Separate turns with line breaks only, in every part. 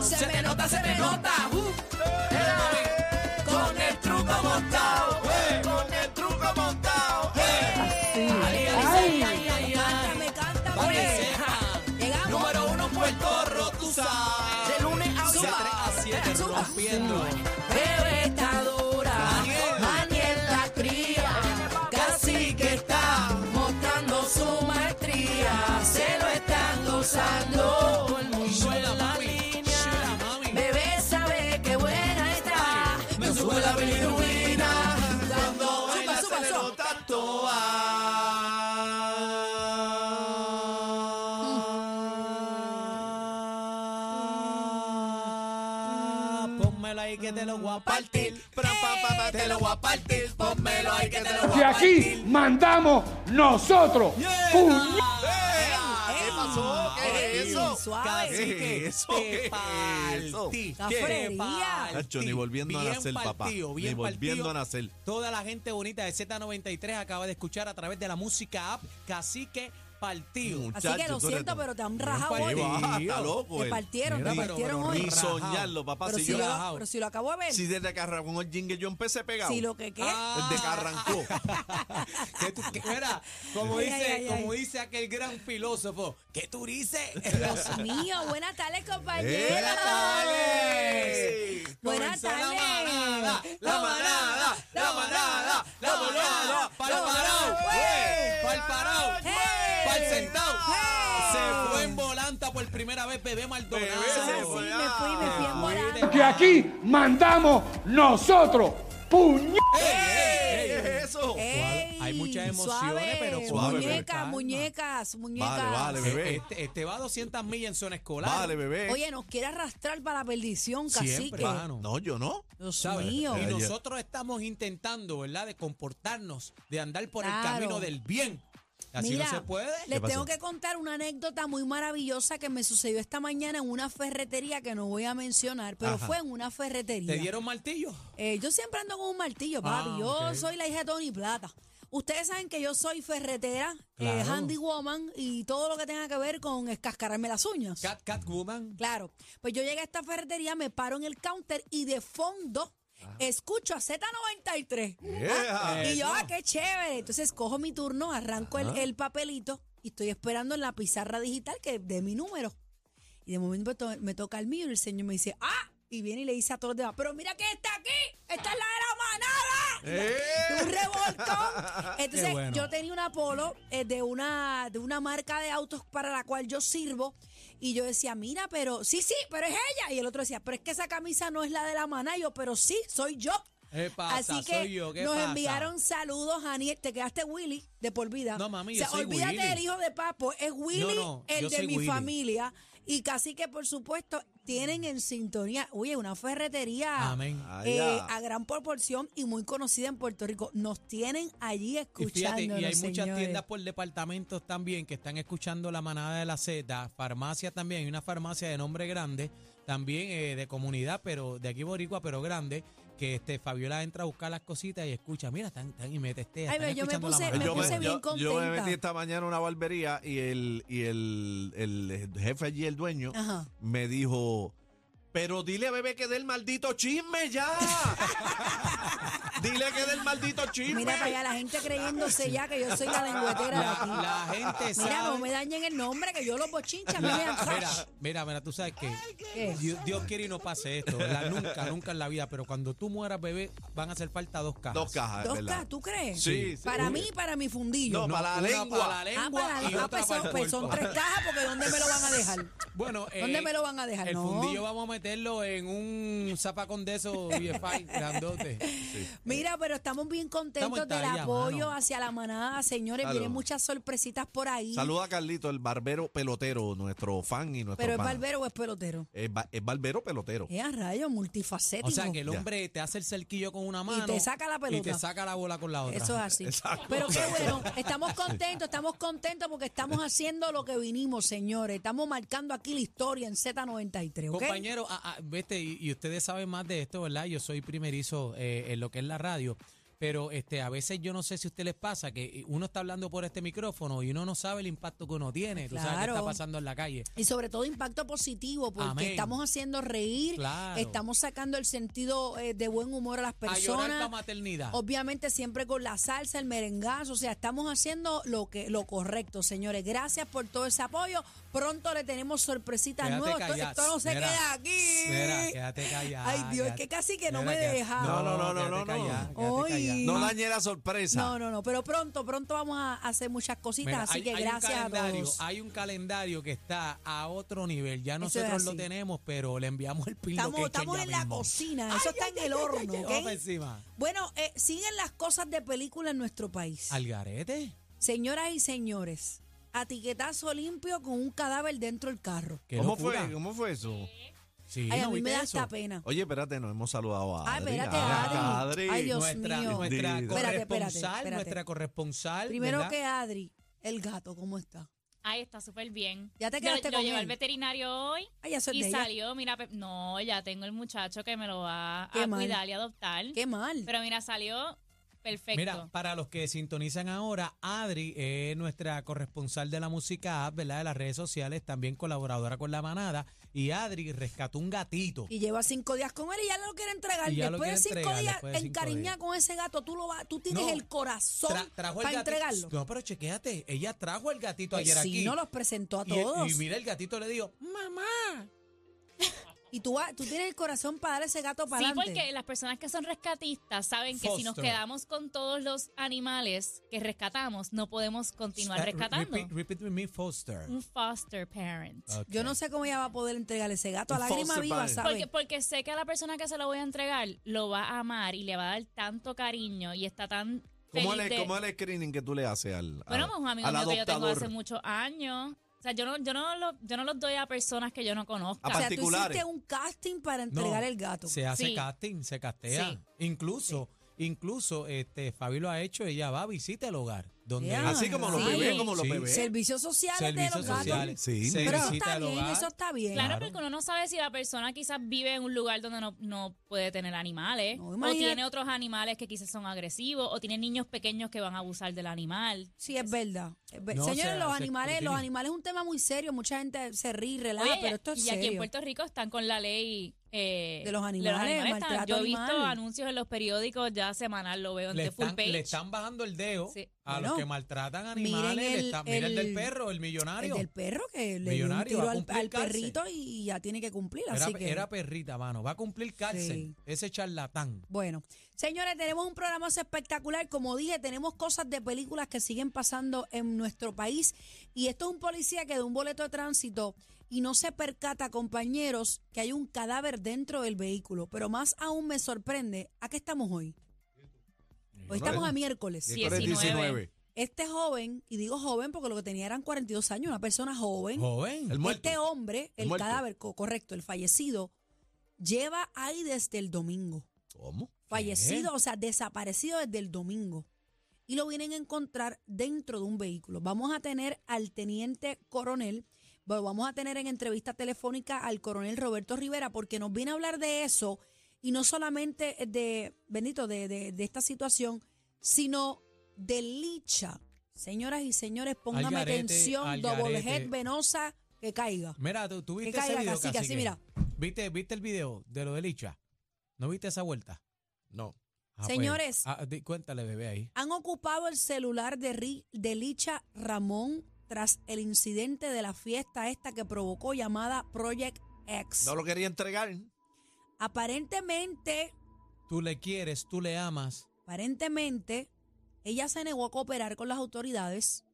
Se te nota, se te nota. Uh. Eh, Con el truco montado. eh, Con el truco montado. eh. Ay, ay, ay, ay, ay.
Cántame, cántame.
Pareja.
Llegamos.
Número uno en Puerto Rico, tú sabes.
De lunes a
De
Zumba.
3 a 7
Zumba.
rompiendo.
Bebé está dura,
Daniel.
Daniel la cría,
Casi que está.
mostrando su maestría, se lo están gozando. Todo el mundo
Suena,
en la
mami.
línea,
Suena, mami.
bebé sabe que buena está.
Me sube la bilirrubina cuando
Zumba,
baila
zumba,
se le
zumba.
nota toa. Pónmelo ahí que te lo voy a partir. Pra, pa, pa, pa, te lo voy a partir. Pónmelo ahí que te lo voy
Que
a partir.
aquí mandamos nosotros.
Yeah.
Puñ-
Ey,
Ey,
¿Qué pasó? ¿Qué es
ey,
eso?
suave.
Cacique,
¿Qué es eso?
Te
¿Qué es eso?
partí,
La
te
frería.
partí.
Nacho, ni volviendo a
Bien
nacer, papá.
partido,
Ni
bien
volviendo
partido.
a nacer.
Toda la gente bonita de Z93 acaba de escuchar a través de la música app Cacique
Así
Partido.
que lo
Muchacho, tú eres
siento,
tan-
pero te han
Bien
rajado
partido.
hoy.
Ah, está loco,
Te
él.
partieron,
Mira,
te
pero-
partieron
pero
hoy.
Ni soñarlo, papá.
Pero
si
si,
yo,
lo,
rajado.
pero si lo acabo de ver,
si desde que arrancó el jingle yo empecé pegado.
si lo que qué,
Ah.
Desde que arrancó.
¿Qué tú- qué- mira, como
Ay,
dice,
ay, ay,
como
ay.
dice aquel gran filósofo, ¿qué tú dices?
Dios mío, buenas tardes compañeros.
Buenas
tardes.
Buenas
Comenzó la
tardes.
manada, la manada, la manada, la manada, pa'l parao,
¡Hey!
pa'l parao,
¡Hey!
pa'l sentao.
¡Hey!
Se fue en volanta por primera vez Bebé Maldonado.
Bebé
Ah, sí,
se fue.
me fui, me fui en volando.
Que aquí mandamos nosotros. Puñ-
¡Ey! ¿Qué es eso?
Ey,
Hay muchas emociones,
suave,
pero
suave, bebé,
muñecas,
calma.
muñecas, muñecas.
vale, bebé.
Eh, Este, este va a 200 millas en zona escolar.
Vale, bebé.
Oye, nos quiere arrastrar para la perdición, cacique.
Siempre, mano.
No, yo no.
Dios
¿sabes?
mío.
Y
Ayer.
nosotros estamos intentando, ¿verdad?, de comportarnos, de andar por
Claro.
el camino del bien. Así
Mira,
no se puede.
Les
¿Qué pasó?
tengo que contar una anécdota muy maravillosa que me sucedió esta mañana en una ferretería que no voy a mencionar, pero
Ajá.
fue en una ferretería.
¿Te dieron martillo?
Eh, yo siempre ando con un martillo, papi.
Ah,
yo
ok.
soy la hija de Tony Plata. Ustedes saben que yo soy ferretera, eh,
Claro.
handy woman y todo lo que tenga que ver con escascararme las uñas.
Cat, Catwoman.
Claro. Pues yo llegué a esta ferretería, me paro en el counter y de fondo escucho a Z93.
Yeah.
Y yo,
Eso.
ah, qué chévere. Entonces cojo mi turno, arranco el, el papelito y estoy esperando en la pizarra digital que dé mi número. Y de momento me, to- me toca el mío y el señor me dice, ah, y viene y le dice a todos los demás, pero mira que está aquí, esta es la
Eh.
de la manada. Y Un revolcón. Entonces
Qué bueno.
yo tenía una polo eh, de, una, de una marca de autos para la cual yo sirvo. Y yo decía, mira, pero sí, sí, pero es ella. Y el otro decía, pero es que esa camisa no es la de la manada. Y yo, pero sí, soy yo.
¿Qué pasa?
Así que
Soy yo, ¿qué
nos
pasa?
enviaron saludos, Aniel. Te quedaste Willy de por vida.
No, mami,
O sea,
yo soy
olvídate
Willy.
del hijo de Papo. Es Willy
no,
el
yo
de
soy
mi
Willy.
familia. Y casi que, por supuesto, tienen en sintonía. Oye, una ferretería.
Amén.
Ay,
eh,
ya.
a gran proporción y muy conocida en Puerto Rico. Nos tienen allí
Y fíjate,
escuchando.
y hay muchas tiendas por departamentos también que están escuchando la manada de la Z, farmacia también, hay una farmacia de nombre grande, también eh, de comunidad, pero de aquí boricua, pero grande, que este Fabiola entra a buscar las cositas y escucha, mira, están, están y me testea,
Ay,
están
ve, yo me
escuchando
puse-
la manada.
me
yo,
puse bien
yo- yo me
contenta.
metí esta mañana a una barbería y el, y el, el jefe allí, el dueño,
Ajá.
me dijo, pero dile a bebé que dé el maldito chisme ya. dile que dé el maldito chisme.
Mira para allá, la gente creyéndose ya que yo soy la lengüetera de aquí.
La, la gente sabe.
Mira, no me dañen el nombre, que yo los bochinchas no
La-
me dan hash.
mira, mira, mira, tú sabes que
¿Qué?
Dios, Dios quiere y no pase esto, ¿verdad? Nunca, nunca en la vida, pero cuando tú mueras, bebé, van a hacer falta dos cajas.
Dos cajas,
Dos
Ah, ¿verdad?
K, ¿tú crees?
Sí, sí.
Para mí y para mi fundillo.
No,
No,
para la
una
lengua.
para la
Ah,
lengua
para
y
ah,
otra
pues
para
son,
el
pues son
cuerpo.
tres cajas, porque ¿dónde me lo van a dejar?
Bueno, eh,
¿Dónde me lo van a dejar?
El
No.
fundillo vamos a meterlo en un zapacón de esos BFI grandote.
Mira, pero estamos bien contentos
Estamos en
del
talla,
apoyo
mano.
hacia la manada, señores.
Claro.
Vienen muchas sorpresitas por ahí.
Saluda a Carlito, el barbero pelotero, nuestro fan y nuestro
pero es
pana.
barbero o es pelotero.
Es, ba- es barbero pelotero.
Es a rayo, multifacético.
O sea, que el hombre te hace el cerquillo con una mano.
Este te saca la
Y
pelota.
te saca la bola con la otra.
Eso es así.
Exacto.
Pero qué bueno, estamos contentos, estamos contentos porque estamos haciendo lo que vinimos, señores. Estamos marcando aquí la historia en Z93, ¿ok?
Compañero, ah, ah, vete, y, y ustedes saben más de esto, ¿verdad? Yo soy primerizo eh, en lo que es la radio. Pero este, a veces yo no sé si a usted les pasa que eh, uno está hablando por este micrófono y uno no sabe el impacto que uno tiene. Tú sabes qué
Claro.
está pasando en la calle.
Y sobre todo impacto positivo, porque
Amén.
estamos haciendo reír,
Claro.
estamos sacando el sentido eh, de buen humor a las
A llorar para
personas.
maternidad.
Obviamente siempre con la salsa, el merengazo, o sea, estamos haciendo lo que lo correcto, señores. Gracias por todo ese apoyo. Pronto le tenemos sorpresitas
Quédate
nuevas. Esto-
callada.
Esto, no se
Mira,
queda aquí.
mira, quédate callada,
Ay, Dios, es
quédate-
que casi que no
Mira,
me
quédate-
deja.
No, no, no, no,
quédate
no, no.
callada, quédate
Hoy-
callada.
No dañe la sorpresa.
No, no, no, pero pronto, pronto vamos a hacer muchas cositas,
Mira,
así
hay-
que
hay un
gracias a
calendario-
todos.
Hay un calendario que está a otro nivel. Ya
Eso es
nosotros lo
así.
tenemos, pero le enviamos el pin
Estamos, estamos en la cocina, eso está en el horno, ¿ok? Bueno, eh, siguen las cosas de película en nuestro país.
¿Al garete?
Señoras y señores, atiquetazo limpio con un cadáver dentro del carro.
¿Qué
¿Cómo
locura?
fue? ¿Cómo fue eso?
Sí,
Ay,
¿no
a mí me
viste
da
eso?
esta pena.
Oye, espérate, no hemos saludado a
Ah,
Adri.
espérate,
Ah,
Adri. Ay, Dios
nuestra,
mío.
Nuestra
Dilo.
corresponsal,
Espérate, espérate, espérate.
nuestra corresponsal.
Primero
¿verdad?
que Adri, el gato, ¿cómo está?
Ay, está súper bien.
¿Ya te
Lo-
quedaste
lo,
con
llevé
él?
al veterinario hoy
Ay, ya soy
y
de ella.
salió, mira, pe- no, ya tengo el muchacho que me lo va
Qué
a
mal.
cuidar y adoptar.
Qué mal.
Pero mira, salió perfecto.
Mira, para los que sintonizan ahora, Adri es nuestra corresponsal de la música app, ¿verdad? De las redes sociales, también colaboradora con La Manada. Y Adri rescató un gatito.
Y lleva cinco días con él y ya lo quiere entregar.
Y ya lo
Después de
quiere
cinco
entregar,
días,
después de cinco
encariñada
días.
con ese gato, tú lo vas, tú tienes
No,
el corazón
Tra- trajo el
para
gatito.
entregarlo.
No, pero chequéate, ella trajo el gatito
Pues
ayer
sí,
aquí.
no los presentó a
Y el-
todos. Y,
Y, mira, el gatito le dijo, mamá.
tú, vas- tú tienes el corazón para dar ese gato para
Sí,
adelante.
porque las personas que son rescatistas saben que si nos
Foster.
quedamos con todos los animales que rescatamos, no podemos continuar
Eh, re-
rescatando.
Repeat, Ah, repeat with me, Foster.
Un foster parent.
Yo no sé cómo ella va a poder entregar ese gato a
Un
lágrima
foster
viva,
parent.
¿sabes?
Porque, porque sé que a la persona que se lo voy a entregar lo va a amar y le va a dar tanto cariño y está tan
¿Cómo
feliz
es
de-
el- cómo es el screening que tú le haces al,
Bueno,
al-
pues un amigo
al
mío que yo tengo
adoptador?
hace muchos años. O sea, yo no, yo no, lo- yo no los doy a personas que yo no conozca.
Ah,
A
pues,
o sea, tú
particulares.
hiciste un casting para
No,
entregar el gato.
Se hace
Sí.
casting, se castea.
Sí.
Incluso, incluso, este, Fabi lo ha hecho, ella va, visita el hogar. Donde
Ya.
Así como los
Sí.
bebés, como los
Sí.
bebés.
Servicios sociales de
servicios
los gatos.
sociales.
Sí.
se
Pero eso
visita
está
el
bien,
hogar.
eso está bien.
Claro,
Claro.
porque uno no sabe si la persona quizás vive en un lugar donde no, no puede tener animales,
No,
o
imagínate.
tiene otros animales que quizás son agresivos, o tiene niños pequeños que van a abusar del animal.
Sí, es verdad. Es ver-
No,
Señores,
se-
los
se
animales, los
escrutinio.
animales es un tema muy serio. Mucha gente se ríe, y relaja,
Oye,
pero esto es
y aquí en
serio.
Puerto Rico están con la ley eh,
De los animales,
están-
maltrato
Yo he visto
animal.
anuncios en los periódicos ya semanal, lo veo en
le
The Full
están,
Page.
le están bajando el dedo
Sí.
a
Bueno,
los que maltratan
miren
animales. le
el-
están- mira el,
el-
del perro, el millonario.
El del perro que le dio un
Millonario, va
tiro
a
al,
cumplir
al
cárcel.
perrito y ya tiene que cumplir.
era,
así que.
era perrita, mano. Va a cumplir cárcel. Ese charlatán.
Bueno, señores, tenemos un programa espectacular. Como dije, tenemos cosas de películas que siguen pasando en nuestro país. Y esto es un policía que da un boleto de tránsito y no se percata, compañeros, que hay un cadáver dentro del vehículo. Pero más aún me sorprende, ¿a qué estamos hoy? Hoy estamos
eh,
a miércoles.
Sí. 19.
19.
Este joven, y digo joven porque lo que tenía eran 42 años, una persona joven.
Joven.
El muerto.
Este hombre,
El
el,
muerto.
cadáver, co- correcto, el fallecido, lleva ahí desde el domingo
¿Cómo?
fallecido, o sea, desaparecido desde el domingo. Y lo vienen a encontrar dentro de un vehículo. Vamos a tener al teniente coronel, bueno, vamos a tener en entrevista telefónica al coronel Roberto Rivera, porque nos viene a hablar de eso y no solamente de, Benito, de, de- de esta situación, sino de licha. Señoras y señores, póngame
Al garete,
atención,
al
doble
garete.
head venosa, que caiga.
Mira, tú, tú viste
Que
ese
caiga,
video,
cacique, así,
cacique?
mira.
¿Viste, ¿Viste el video de lo de Licha? ¿No viste esa vuelta?
No.
Ah, pues.
Señores.
Ah, di- cuéntale, bebé, ahí.
han ocupado el celular de, Ri- de Licha Ramón tras el incidente de la fiesta esta que provocó llamada Project X.
No lo quería entregar.
Aparentemente,
Tú le quieres, tú le amas.
aparentemente, ella se negó a cooperar con las autoridades,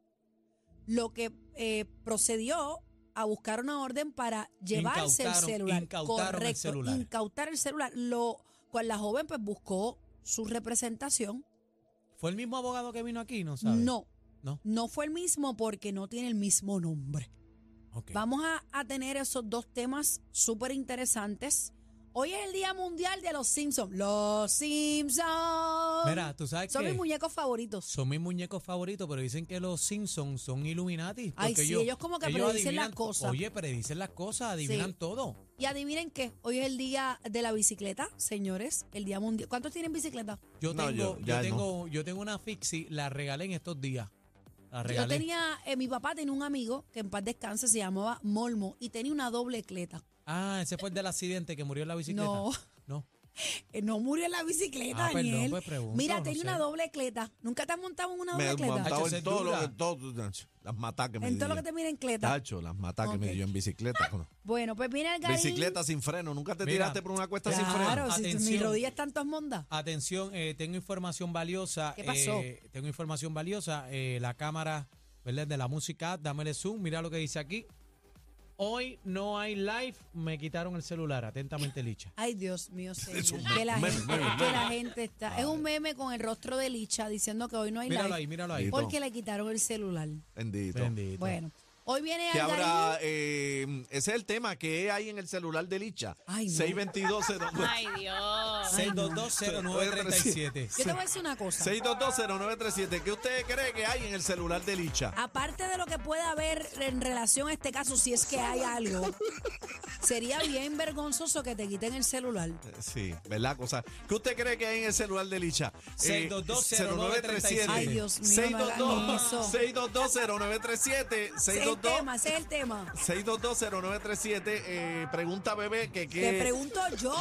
lo que eh, procedió a buscar una orden para llevarse
Incautaron-
el celular.
incautaron el
Correcto,
celular.
incautar el celular. Lo cual la joven pues buscó su representación.
¿Fue el mismo abogado que vino aquí? No sabes.
No,
No.
no fue el mismo porque no tiene el mismo nombre.
Ok.
Vamos a, a tener esos dos temas súper interesantes. Hoy es el Día Mundial de los Simpsons. Los Simpsons. son,
Mira, ¿tú sabes
son
qué?
mis muñecos favoritos.
Son mis muñecos favoritos, pero dicen que los Simpsons son Illuminati.
Ay,
porque
sí, ellos como que predicen las
adivinan-
cosas.
Oye, predicen las cosas, adivinan
Sí.
todo.
Y adivinen qué, hoy es el día de la bicicleta, señores, el día mundial. ¿Cuántos tienen bicicleta?
Yo
No,
tengo,
yo-
yo,
ya no.
tengo, yo tengo una fixie, la regalé en estos días. La regalé.
Yo tenía, eh, mi papá tenía un amigo que en paz descanse se llamaba Molmo y tenía una doble cleta.
Ah, ese fue el del accidente que murió en la bicicleta.
No.
No.
Eh, no murió en la bicicleta,
Ah, perdón,
Daniel.
pues pregunto,
Mira,
no
tenía
sé.
una doble cleta. ¿Nunca te has montado en una
Me
doble
he
cleta?
Tacho,
montado
esa
en
es
todo lo
dura.
que todo, Nacho, las matas que me
en todo lo que
dirían.
te mira en cleta.
Tacho, las matas que me
Ok.
dio en bicicleta. Bueno,
Bueno, pues viene el garín.
Bicicleta sin freno. Nunca te
Mira,
tiraste por una cuesta sin freno.
Claro, si mis
Atención.
rodillas están todas mondas.
Atención, eh, tengo información valiosa.
¿Qué pasó?
eh, tengo información valiosa. eh, la cámara, ¿verdad? De la música, dámele zoom. Mira lo que dice aquí. Hoy no hay live. Me quitaron el celular. Atentamente, Licha.
Ay, Dios mío, señor.
un
que la,
meme,
gente,
meme,
que la gente está. Es un meme con el rostro de Licha diciendo que hoy no hay
Míralo
live
ahí, míralo ahí.
porque le quitaron el celular.
Bendito.
Bendito.
Bueno, hoy viene
Que
Algarín.
habrá, eh, ese es el tema que hay en el celular de Licha.
Ay, no.
622
Ay, Dios.
6220937.
Yo te voy a decir una cosa.
6220937. ¿Qué usted cree que hay en el celular de Licha?
Aparte de lo que pueda haber en relación a este caso, si es que hay algo, sería bien vergonzoso que te quiten el celular.
Eh, Sí, ¿verdad? Cosa. ¿Qué usted cree que hay en el celular de Licha? Eh,
622-0937.
Ay, Dios mío, no hagan eso.
622-0937.
Ese es el
622
tema, ese es el tema.
622-0937. Eh, pregunta, bebé, que qué.
Te pregunto yo.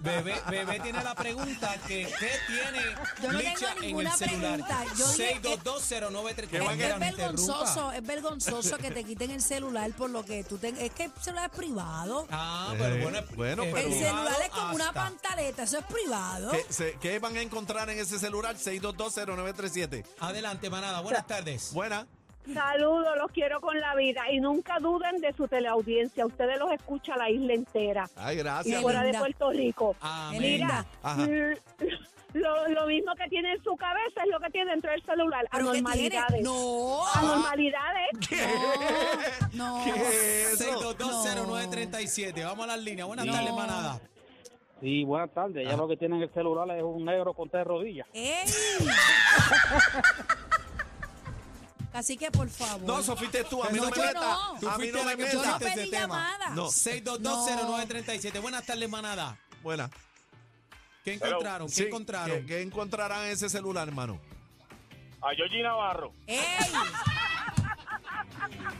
Bebé, bebé tiene la pregunta que ¿qué tiene
Yo no
Licha
tengo
en
ninguna
el celular?
pregunta. Yo dije que-
6220937.
Que
Es,
van
es
a-
Mira, no
vergonzoso,
interrumpa.
es vergonzoso que te quiten el celular por lo que tú ten- es que el celular es privado.
Ah,
Eh,
pero bueno, es-
bueno,
es
pero-
el
privado
celular es como una
hasta-
pantaleta, eso es privado.
¿Qué, se- qué van a encontrar en ese celular? 6220937.
Adelante, manada. Buenas tardes.
Buena.
Saludos, los quiero con la vida y nunca duden de su teleaudiencia. Ustedes los escucha la isla entera
Ay,
y
gracias.
Qué
fuera de
linda. Ah,
Puerto Rico.
Amén.
Mira,
Ajá.
l- lo, lo mismo que tiene en su cabeza es lo que tiene dentro del celular.
¿Pero qué tiene?
Anormalidades.
No,
Anormalidades.
no.
¿Qué es eso?
6220937. Vamos a las líneas. Buenas tardes, manada.
Sí, buenas tardes. Ya lo que tienen el celular es un negro con tres rodillas.
¡Ey! Así que por favor.
No, eso fuiste tú. A mí
No,
no,
yo
me metas.
no.
Tú
A mí
fuiste
no
la
me
que tú
yo no
metas.
sacaste
pedí
ese tema.
llamada.
No.
6220937. Buenas tardes, manada.
Buena.
¿Qué encontraron?
Sí,
¿Qué encontraron?
¿Qué, qué encontrarán en ese celular, hermano?
A Georgie Navarro.
¡Ey!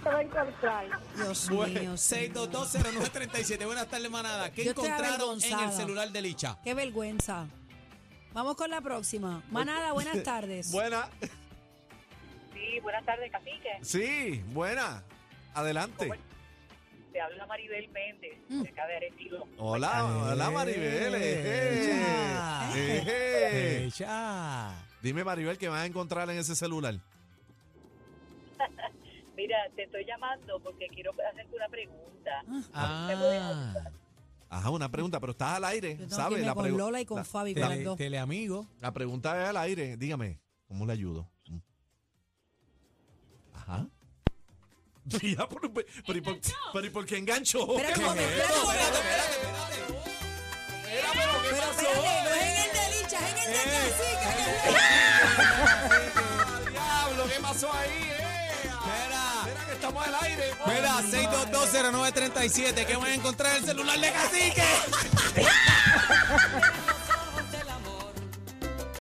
Te va a encontrar.
Dios mío.
Bueno,
señor.
6220937. Buenas tardes, manada. ¿Qué
Yo estoy
encontraron en el
avergonzada.
celular de Licha?
Qué vergüenza. Vamos con la próxima. Manada, buenas tardes.
Buena.
Sí, buenas tardes, cacique.
Sí, buena. Adelante.
Te habla Maribel Méndez,
Mm.
de acá de Arecibo.
Hola, hola Maribel. eh, Ejé.
Ya.
Ejé.
Licha.
eh. Dime, Maribel, ¿qué vas a encontrar en ese celular?
Mira, te estoy llamando porque quiero hacerte una pregunta.
Ah,
Ajá, una pregunta, pero estás al aire,
Yo tengo que
¿sabes?
irme
La,
con
pregu-
Lola y con
la-
Fabi, con las
tele,
dos.
teleamigo.
la pregunta es al aire. Dígame, ¿cómo le ayudo? Mm. Ajá. Ya, pero, pero- pero- pero- ¿y por qué enganchó?
Espera un momento, espera un momento. Pero espérate, no es en el de Licha, es en el de Cacique.
¡Diablo! ¿Qué pasó ahí? eh?
Espera,
Espera que estamos al aire.
espera, 6220937. ¿Qué van a encontrar en el celular de Cacique?